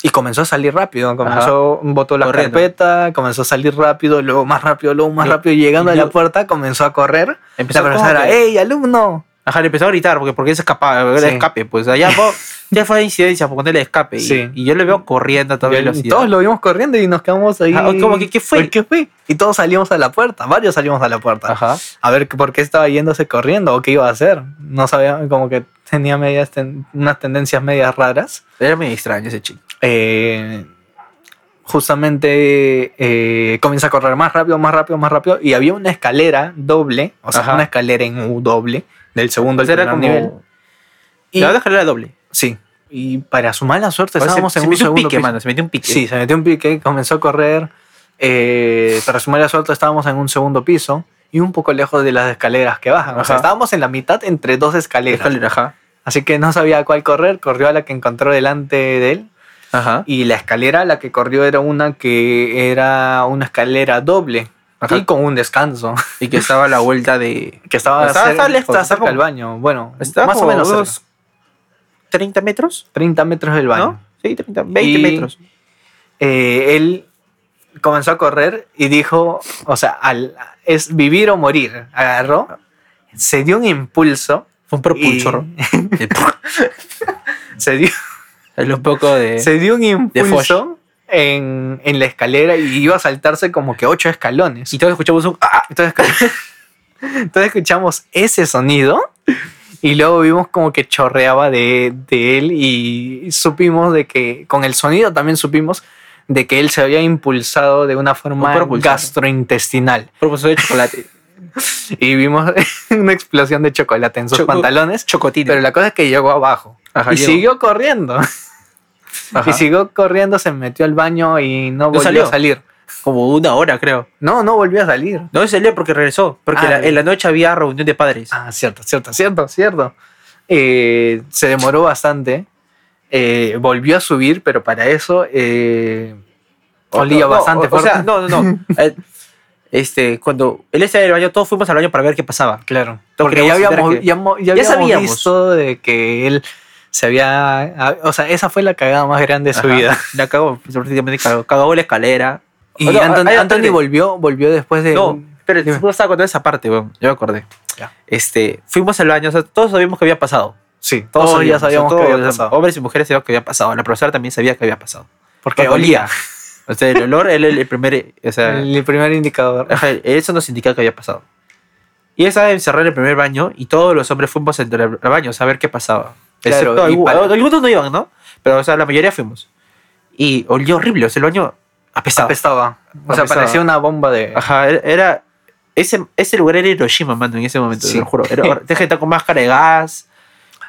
C: y comenzó a salir rápido. Comenzó, botó la
B: Corriendo.
C: carpeta, comenzó a salir rápido, luego más rápido, luego más
B: Y-
C: rápido. Llegando
B: y
C: a la
B: yo-
C: puerta, comenzó a correr.
B: Empezó
C: la
B: como
C: profesora,
B: que-
C: ¡Ey, alumno!
B: Ajá, le empezó a gritar porque, porque él se escapaba, era
C: Sí.
B: escape. Pues allá fue, ya fue incidencia por ponerle escape. y-
C: Sí.
B: Y, yo le veo corriendo a toda
C: Y el-
B: velocidad.
C: todos lo vimos corriendo y nos quedamos ahí.
B: Ajá, como que, ¿qué fue?
C: ¿Qué fue? Y todos salimos a la puerta, varios salimos a la puerta.
B: Ajá.
C: A ver qué- por qué estaba yéndose corriendo o qué iba a hacer. No sabía, como que tenía medias ten- unas tendencias medias raras.
B: Era muy extraño ese chico.
C: Eh, justamente eh, comienza a correr más rápido, más rápido, más rápido. Y había una escalera doble, o sea,
B: Ajá.
C: una escalera en U doble, del segundo al
B: Entonces era
C: primer
B: como.
C: nivel. Y-
B: La otra era doble.
C: sí. Y para su mala suerte,
B: O sea,
C: estábamos
B: se,
C: en
B: se
C: un
B: metió un
C: segundo
B: pique,
C: piso.
B: mano. Se metió un pique.
C: Sí, se metió un pique, comenzó a correr. eh, para su mala suerte estábamos en un segundo piso y un poco lejos de las escaleras que bajan. O
B: Ajá.
C: sea, estábamos en la mitad entre dos escaleras.
B: Escalera, ajá.
C: Así que no sabía a cuál correr, corrió a la que encontró delante de él.
B: Ajá.
C: Y la escalera a la que corrió era una que era una escalera doble
B: Ajá.
C: y con un descanso,
B: Y que estaba a la vuelta de.
C: que estaba,
B: Estaba-
C: cerca,
B: estaba lejos,
C: estaba
B: estaba
C: cerca del
B: como-
C: baño. Bueno,
B: Estaba
C: más o
B: como
C: menos
B: unos
C: cerca,
B: 30 metros.
C: 30 metros del baño.
B: ¿No? Sí, 30, 20
C: Y-
B: metros.
C: eh, él comenzó a correr y dijo, o sea, al- es vivir o morir. Agarró, se dio un impulsor,
B: Fue un propulsor.
C: se dio,
B: Es un poco de.
C: se dio un
B: Foch.
C: impulso en, en la escalera y iba a saltarse como que ocho escalones.
B: Y todos escuchamos un. ¡Ah!
C: Entonces, Entonces escuchamos ese sonido y luego vimos como que chorreaba de, de él y supimos de que con el sonido también supimos de que él se había impulsado de una forma
B: propulsado.
C: gastrointestinal
B: Propulsor de chocolate.
C: y vimos una explosión de chocolate en sus
B: Choco-
C: pantalones,
B: Chocotines.
C: pero la cosa es que llegó abajo
B: Ajá,
C: y
B: llegó.
C: siguió corriendo.
B: Ajá.
C: Y siguió corriendo, se metió al baño y no volvió
B: salió?
C: a salir.
B: Como una hora, creo.
C: No, no volvió a salir.
B: No, salió porque regresó. Porque
C: Ah,
B: la-
C: bien.
B: en la noche había reunión de padres.
C: Ah, cierto, cierto, cierto, cierto. Eh, se demoró bastante. Eh, volvió a subir, pero para eso eh, olía
B: No, no,
C: bastante
B: o-
C: fuerte.
B: O sea, no, no, no. Eh, este, cuando él estaba en el baño, todos fuimos al baño para ver qué pasaba.
C: claro.
B: no
C: Porque ya
B: queríamos
C: habíamos,
B: ver que-
C: ya, mo- ya
B: ya
C: habíamos
B: sabíamos.
C: visto de que él se había. a- O sea, esa fue la cagada más grande de su
B: Ajá.
C: vida.
B: La cagó, pues, prácticamente cagó, cagó la escalera.
C: Y
B: Oh, no,
C: Anton-
B: hay-
C: Anthony
B: espérate.
C: volvió, volvió después de.
B: No, pero tú estaba contando esa parte, weón. Yo me acordé.
C: Ya.
B: Este, fuimos al baño, o sea, todos sabíamos que había pasado.
C: sí, todos, Oh, ya sabíamos
B: o sea,
C: que
B: todos,
C: había pasado.
B: Hombres y mujeres sabíamos que había pasado. La profesora también sabía que había pasado.
C: Porque
B: Porque
C: olía.
B: O sea, el olor era el, el primer. O sea,
C: El primer indicador.
B: Ajá, eso nos indicaba que había pasado. Y esa vez cerrar el primer baño y todos los hombres fuimos al al baño a ver qué pasaba.
C: Claro,
B: Excepto
C: y
B: algu-
C: para-
B: algunos no iban, ¿no? Pero o sea, la mayoría fuimos. Y olió horrible, o sea, el baño apestaba.
C: Apestaba. O sea,
B: Apestaba.
C: parecía una bomba de.
B: Ajá, era- era ese, ese lugar era Hiroshima, mano, en ese momento,
C: Sí.
B: te lo juro. Era, hor- de gente con máscara de gas.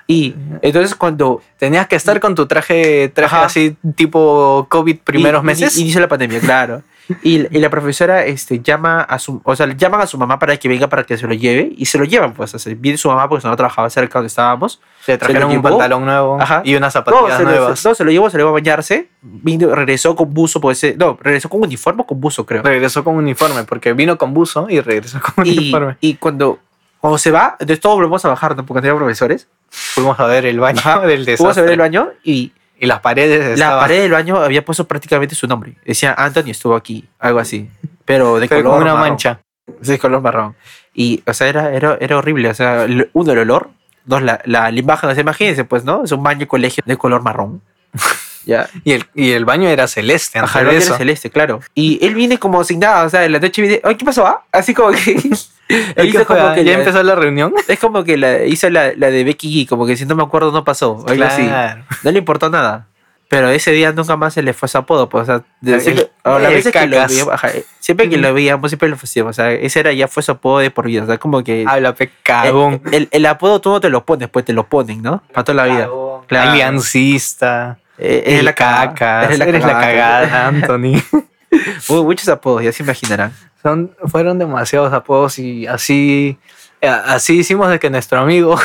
B: Y entonces cuando
C: Tenías que estar con tu traje, traje
B: Ajá.
C: así tipo COVID primeros
B: Y-
C: meses.
B: y- Inició la pandemia, claro. Y, y la profesora este, llama a su, o sea, llaman a su mamá para que venga para que se lo lleve y se lo llevan, pues. o sea, viene su mamá porque su mamá trabajaba cerca donde estábamos.
C: le trajeron un
B: llevó.
C: pantalón nuevo
B: Ajá.
C: y unas
B: No,
C: zapatillas
B: se lo,
C: nuevas.
B: se- no, se lo llevó, se lo llevó a bañarse. Vino, regresó con buzo, pues. eh, No, regresó con uniforme o con buzo, creo.
C: regresó con uniforme porque vino con buzo y regresó con
B: Y,
C: uniforme.
B: y cuando, cuando se va, entonces todos volvemos a bajar, ¿no? Porque teníamos profesores.
C: Fuimos a ver el baño del
B: Fuimos a
C: desastre.
B: ver el baño y
C: Y las paredes
B: la
C: estaban-
B: pared del baño había puesto prácticamente su nombre. Decía Anthony estuvo aquí, algo así. Pero de
C: fue como
B: color
C: una
B: marrón.
C: mancha.
B: Sí, color marrón. Y, o sea, era, era, era horrible. O sea, el- uno, el olor. Dos, la, la, la imagen. O sea, imagínense, pues, ¿no? Es un baño de colegio de color marrón. ya.
C: Y el, y el baño era celeste. antes
B: Ajá, el
C: de
B: baño
C: eso.
B: era celeste, claro. Y él viene como sin nada. O sea, en la noche viene. "Ay, ¿qué pasó? ah?" Así como que. él
C: Ahí
B: hizo
C: que fue,
B: como que
C: ¿Ya
B: la-
C: empezó la reunión?
B: Es como que la, hizo la, la de Becky G. Como que si no me acuerdo, no pasó. Algo así.
C: Claro.
B: No le importó nada. Pero ese día nunca más se le fue ese apodo. Pues, o sea, de-
C: El-
B: siempre, o las
C: el
B: veces que lo
C: cacas.
B: veíamos, ajá, siempre que lo veíamos, siempre lo ofrecíamos. O sea, ese era ya fue su apodo de por vida. O sea, como que.
C: Habla pe
B: El,
C: cagón.
B: Eh, el- el apodo tú no te lo pones, pues te lo ponen, ¿no? Para toda la vida.
C: Cagón,
B: Claro.
C: Aliancista.
B: Eh,
C: Eres la caca. Eres la cagada, Anthony.
B: Hubo muchos apodos, ya se imaginarán.
C: son, fueron demasiados apodos y así, eh, así hicimos de que nuestro amigo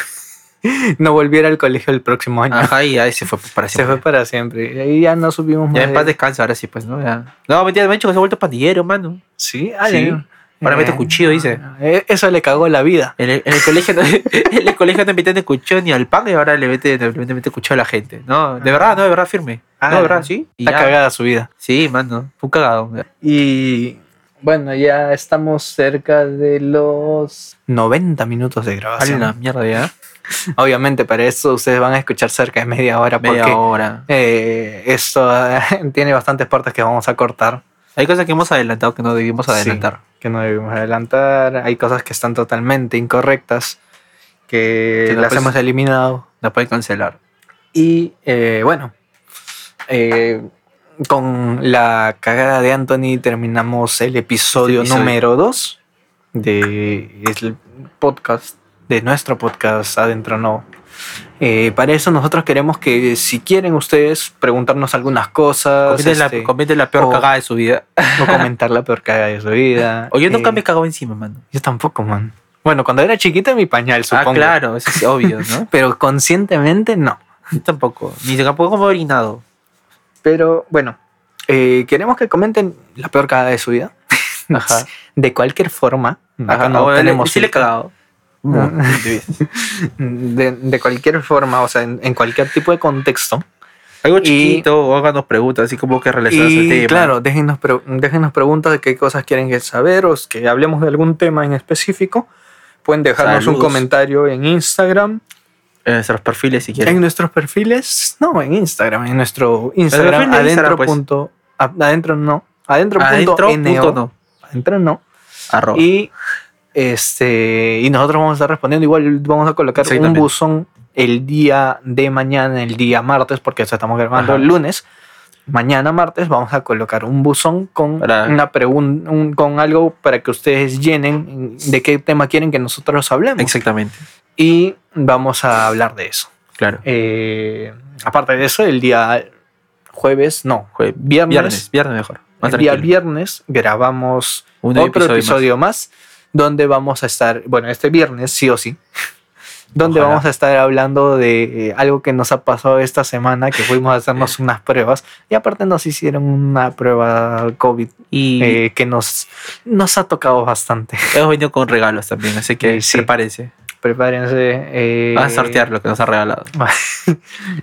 C: no volviera al colegio el próximo año.
B: Ajá, y ahí se fue pues, para
C: Se
B: siempre.
C: fue para siempre. Y ahí Ah. ya no subimos
B: Ya
C: más.
B: en
C: de-
B: paz descansa, ahora sí, pues, ¿no? Ya. No, mentira, me han dicho que se ha vuelto pandillero, mano.
C: Sí, ah,
B: Sí.
C: ya.
B: Ahora mete cuchillo, dice.
C: eh, Eso le cagó la vida.
B: En el, en el colegio no, en el colegio no meten cuchillo ni al pan y ahora le meten, le meten cuchillo a la gente. No, de verdad, no, de verdad, firme.
C: Ah.
B: no, de verdad, sí. Y
C: Está
B: ya.
C: cagada su vida.
B: Sí, mano, un cagado.
C: Y bueno, ya estamos cerca de los 90 minutos de
B: A
C: grabación.
B: la mierda, ya.
C: Obviamente, para eso ustedes van a escuchar cerca de media hora
B: Media
C: porque
B: hora.
C: eh, esto tiene bastantes partes que vamos a cortar.
B: Hay cosas que hemos adelantado que no debimos
C: Sí.
B: adelantar.
C: que no debimos adelantar, hay cosas que están totalmente incorrectas, que,
B: Que no,
C: las
B: pues-
C: hemos eliminado.
B: La pueden cancelar.
C: Y eh, bueno, eh, con la cagada de Anthony terminamos el episodio,
B: Este episodio.
C: número 2 del podcast, de nuestro podcast Adentro No. Eh, para eso nosotros queremos que si quieren ustedes preguntarnos algunas cosas
B: Cometen,
C: este,
B: la, cometen la peor
C: o-
B: cagada de su vida.
C: o comentar la peor cagada de su vida.
B: O yo nunca
C: eh,
B: me cagaba encima, mano.
C: Yo tampoco, man. Bueno, cuando era chiquita mi pañal, supongo.
B: Ah, claro, eso es obvio, ¿no?
C: Pero conscientemente no.
B: Yo tampoco. Ni tampoco me he orinado.
C: Pero bueno, eh, queremos que comenten la peor cagada de su vida.
B: Ajá.
C: De cualquier forma.
B: Ajá,
C: acá no
B: o le-
C: tenemos
B: sí le he
C: filtro.
B: cagado. Mm.
C: No.
B: Muchas veces.
C: De, de cualquier forma, o sea, en, en cualquier tipo de contexto.
B: Algo
C: Y-
B: chiquito, o háganos preguntas, así como que relacionadas al
C: Y
B: tema.
C: claro, déjenos, pre- déjenos preguntas de qué cosas quieren que saber o que hablemos de algún tema en específico. Pueden dejarnos un
B: Saludos.
C: comentario en Instagram,
B: En Eh, nuestros perfiles, si quieren.
C: En nuestros perfiles, no, en Instagram, en nuestro Instagram,
B: perfil de
C: adentro
B: Instagram, pues.
C: punto, a- adentro no, adentro,
B: Adentro,
C: punto no,
B: punto no.
C: adentro no,
B: Arroba.
C: y Este, y nosotros vamos a estar respondiendo. Igual vamos a colocar
B: Sí,
C: un
B: también.
C: buzón el día de mañana, el día martes, porque esto estamos grabando
B: Ajá.
C: el lunes. Mañana martes vamos a colocar un buzón con
B: Para-
C: una pregunta, con algo para que ustedes llenen de qué tema quieren que nosotros hablemos.
B: Exactamente.
C: Y vamos a hablar de eso.
B: Claro.
C: Eh, aparte de eso, el día jueves, no,
B: Jue-
C: viernes,
B: Viernes, viernes mejor. Más
C: el día
B: tranquilo.
C: viernes grabamos
B: Un
C: otro
B: episodio
C: episodio,
B: más.
C: más. donde vamos a estar, bueno, este viernes sí o sí, donde
B: Ojalá.
C: vamos a estar hablando de eh, algo que nos ha pasado esta semana, que fuimos a hacernos unas pruebas y aparte nos hicieron una prueba COVID
B: Y
C: eh, que nos, nos ha tocado bastante.
B: hemos venido con regalos también, así que
C: Sí.
B: prepárense.
C: Prepárense. eh,
B: Van a sortear lo que nos han regalado.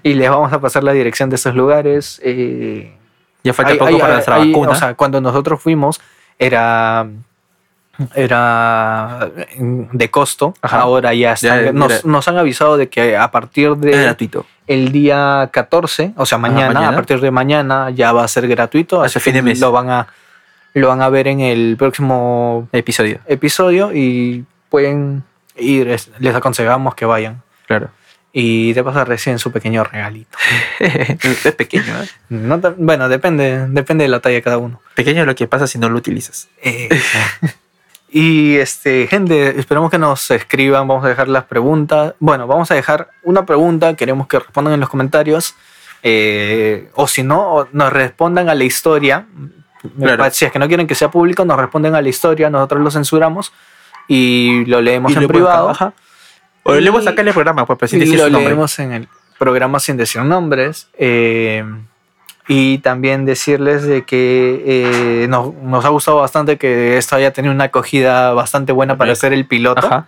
C: Y les vamos a pasar la dirección de esos lugares. eh,
B: Ya falta
C: Hay-
B: poco
C: hay-
B: para
C: hay-
B: nuestra
C: hay-
B: vacuna.
C: O sea, cuando nosotros fuimos era era mm, de costo.
B: Ajá.
C: Ahora ya, están-
B: Ya,
C: nos,
B: mira.
C: nos han avisado de que a partir
B: es
C: de
B: gratuito.
C: el día 14, o sea, mañana,
B: Ah, mañana.
C: a partir de mañana ya va a ser gratuito,
B: Hasta
C: así
B: fin
C: que
B: de mes.
C: lo van a lo van a ver en el próximo
B: Episodio.
C: episodio y pueden ir, es- les aconsejamos que vayan
B: Claro.
C: y de paso recién su pequeño regalito.
B: es pequeño, ¿eh?
C: No tan- bueno, depende, depende de la talla de cada uno.
B: Pequeño es lo que pasa si no lo utilizas.
C: Eh, y este, gente, esperamos que nos escriban. Vamos a dejar las preguntas. Bueno, vamos a dejar una pregunta. Queremos que respondan en los comentarios. eh, o si no, o nos respondan a la historia.
B: Claro.
C: Pa- Si es que no quieren que sea público, nos responden a la historia. Nosotros lo censuramos y lo leemos
B: Y
C: en
B: lo
C: privado.
B: buscan, ajá. O lo
C: Y-
B: leemos acá en el programa, pues, pero sin
C: y
B: decir
C: lo
B: su nombre.
C: leemos en el programa sin decir nombres. eh, y también decirles de que eh, nos, nos ha gustado bastante que esto haya tenido una acogida bastante buena para
B: Correcto.
C: ser el piloto.
B: Ajá.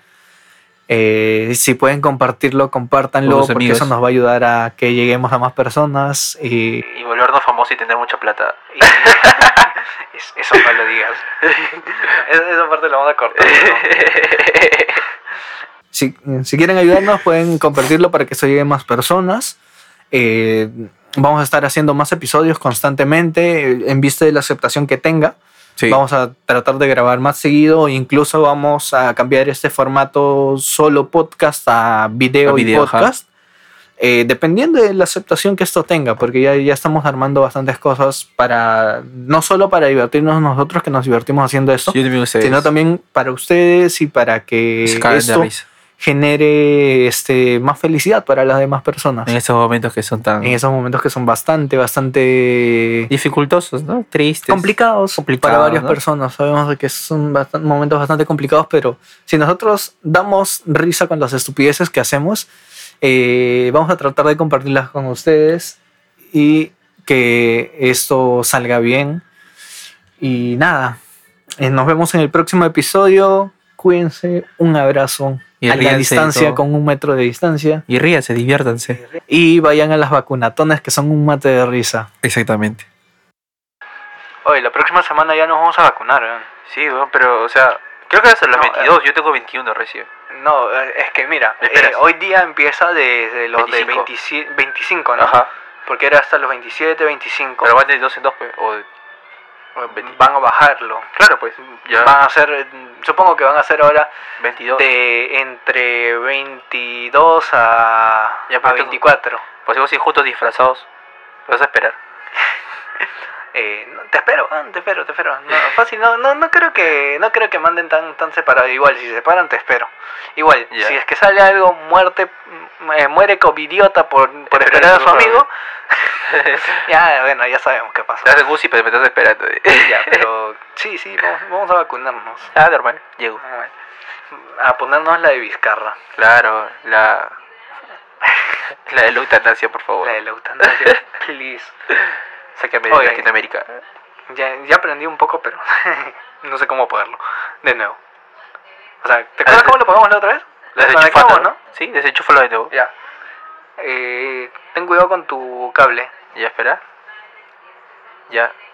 C: Eh, si pueden compartirlo, compártanlo,
B: Con sus
C: porque
B: amigos.
C: eso nos va a ayudar a que lleguemos a más personas. Y,
B: Y volvernos famosos y tener mucha plata.
C: eso no lo digas. Esa parte la vamos a cortar. si, si quieren ayudarnos, pueden compartirlo para que eso llegue a más personas. Eh, vamos a estar haciendo más episodios constantemente eh, en vista de la aceptación que tenga.
B: Sí.
C: Vamos a tratar de grabar más seguido. Incluso vamos a cambiar este formato solo podcast a video,
B: A video,
C: y podcast. Eh, dependiendo de la aceptación que esto tenga, porque ya, ya estamos armando bastantes cosas para, no solo para divertirnos nosotros que nos divertimos haciendo esto,
B: Yo también ustedes.
C: sino también para ustedes y para que
B: Se cagan de
C: esto
B: risa
C: genere este, más felicidad para las demás personas.
B: En esos momentos que son tan
C: En esos momentos que son bastante, bastante
B: dificultosos, ¿no? Tristes.
C: complicados para
B: complicado,
C: varias
B: ¿no?
C: personas. Sabemos de que son bastan- momentos bastante complicados, pero si nosotros damos risa con las estupideces que hacemos, eh, vamos a tratar de compartirlas con ustedes y que esto salga bien. Y nada, eh, nos vemos en el próximo episodio. Cuídense, un abrazo
B: Y
C: a la
B: ríanse y
C: distancia,
B: todo.
C: con un metro de distancia.
B: Y ríanse, diviértanse.
C: Y vayan a las vacunatones que son un mate de risa.
B: Exactamente.
C: Oye, la próxima semana ya nos vamos a vacunar,
B: Sí, pero, o sea, creo que hasta
C: los 22,
B: yo tengo 21 recién.
C: No, eh, es que mira,
B: Me esperas.
C: eh, hoy día empieza desde los
B: 25.
C: de 25, 25 ¿no? Porque era hasta los 27, 25.
B: van de 2 en 2, o
C: van a bajarlo.
B: Claro, pues.
C: Van a hacer, eh, supongo que van a hacer ahora
B: 22.
C: de entre 22 a,
B: Ya,
C: a
B: pero-
C: 24.
B: Pues vos juntos disfrazados. Vas a esperar.
C: Eh, no, te espero, ah, te espero, te espero. No, fácil, no, no, no creo que, no creo que manden tan, tan separado. Igual, si se separan, te espero. Igual,
B: Ya.
C: si es que sale algo, muerte, mm, eh, muere covidiota por, por
B: Espero
C: esperar a
B: que
C: su
B: no
C: amigo. ya, bueno, ya sabemos qué pasó.
B: de Gucci, pero me estás esperando.
C: Ya, pero sí, sí, vamos, vamos a vacunarnos.
B: Ah, normal, llego.
C: A ponernos la de Vizcarra,
B: Claro, la. La de la eutanasia, por favor.
C: la de la eutanasia. Please.
B: Sácame
C: Oye.
B: de Latinoamérica.
C: Ya, ya aprendí un poco, pero no sé cómo apagarlo. De nuevo. O sea, ¿te acuerdas cómo lo apagamos la otra vez? Lo
B: Desenchúfalo,
C: desconectamos, ¿no?
B: Sí, desenchúfalo de nuevo.
C: Ya. Eh, ten cuidado con tu cable.
B: Ya, espera. Ya.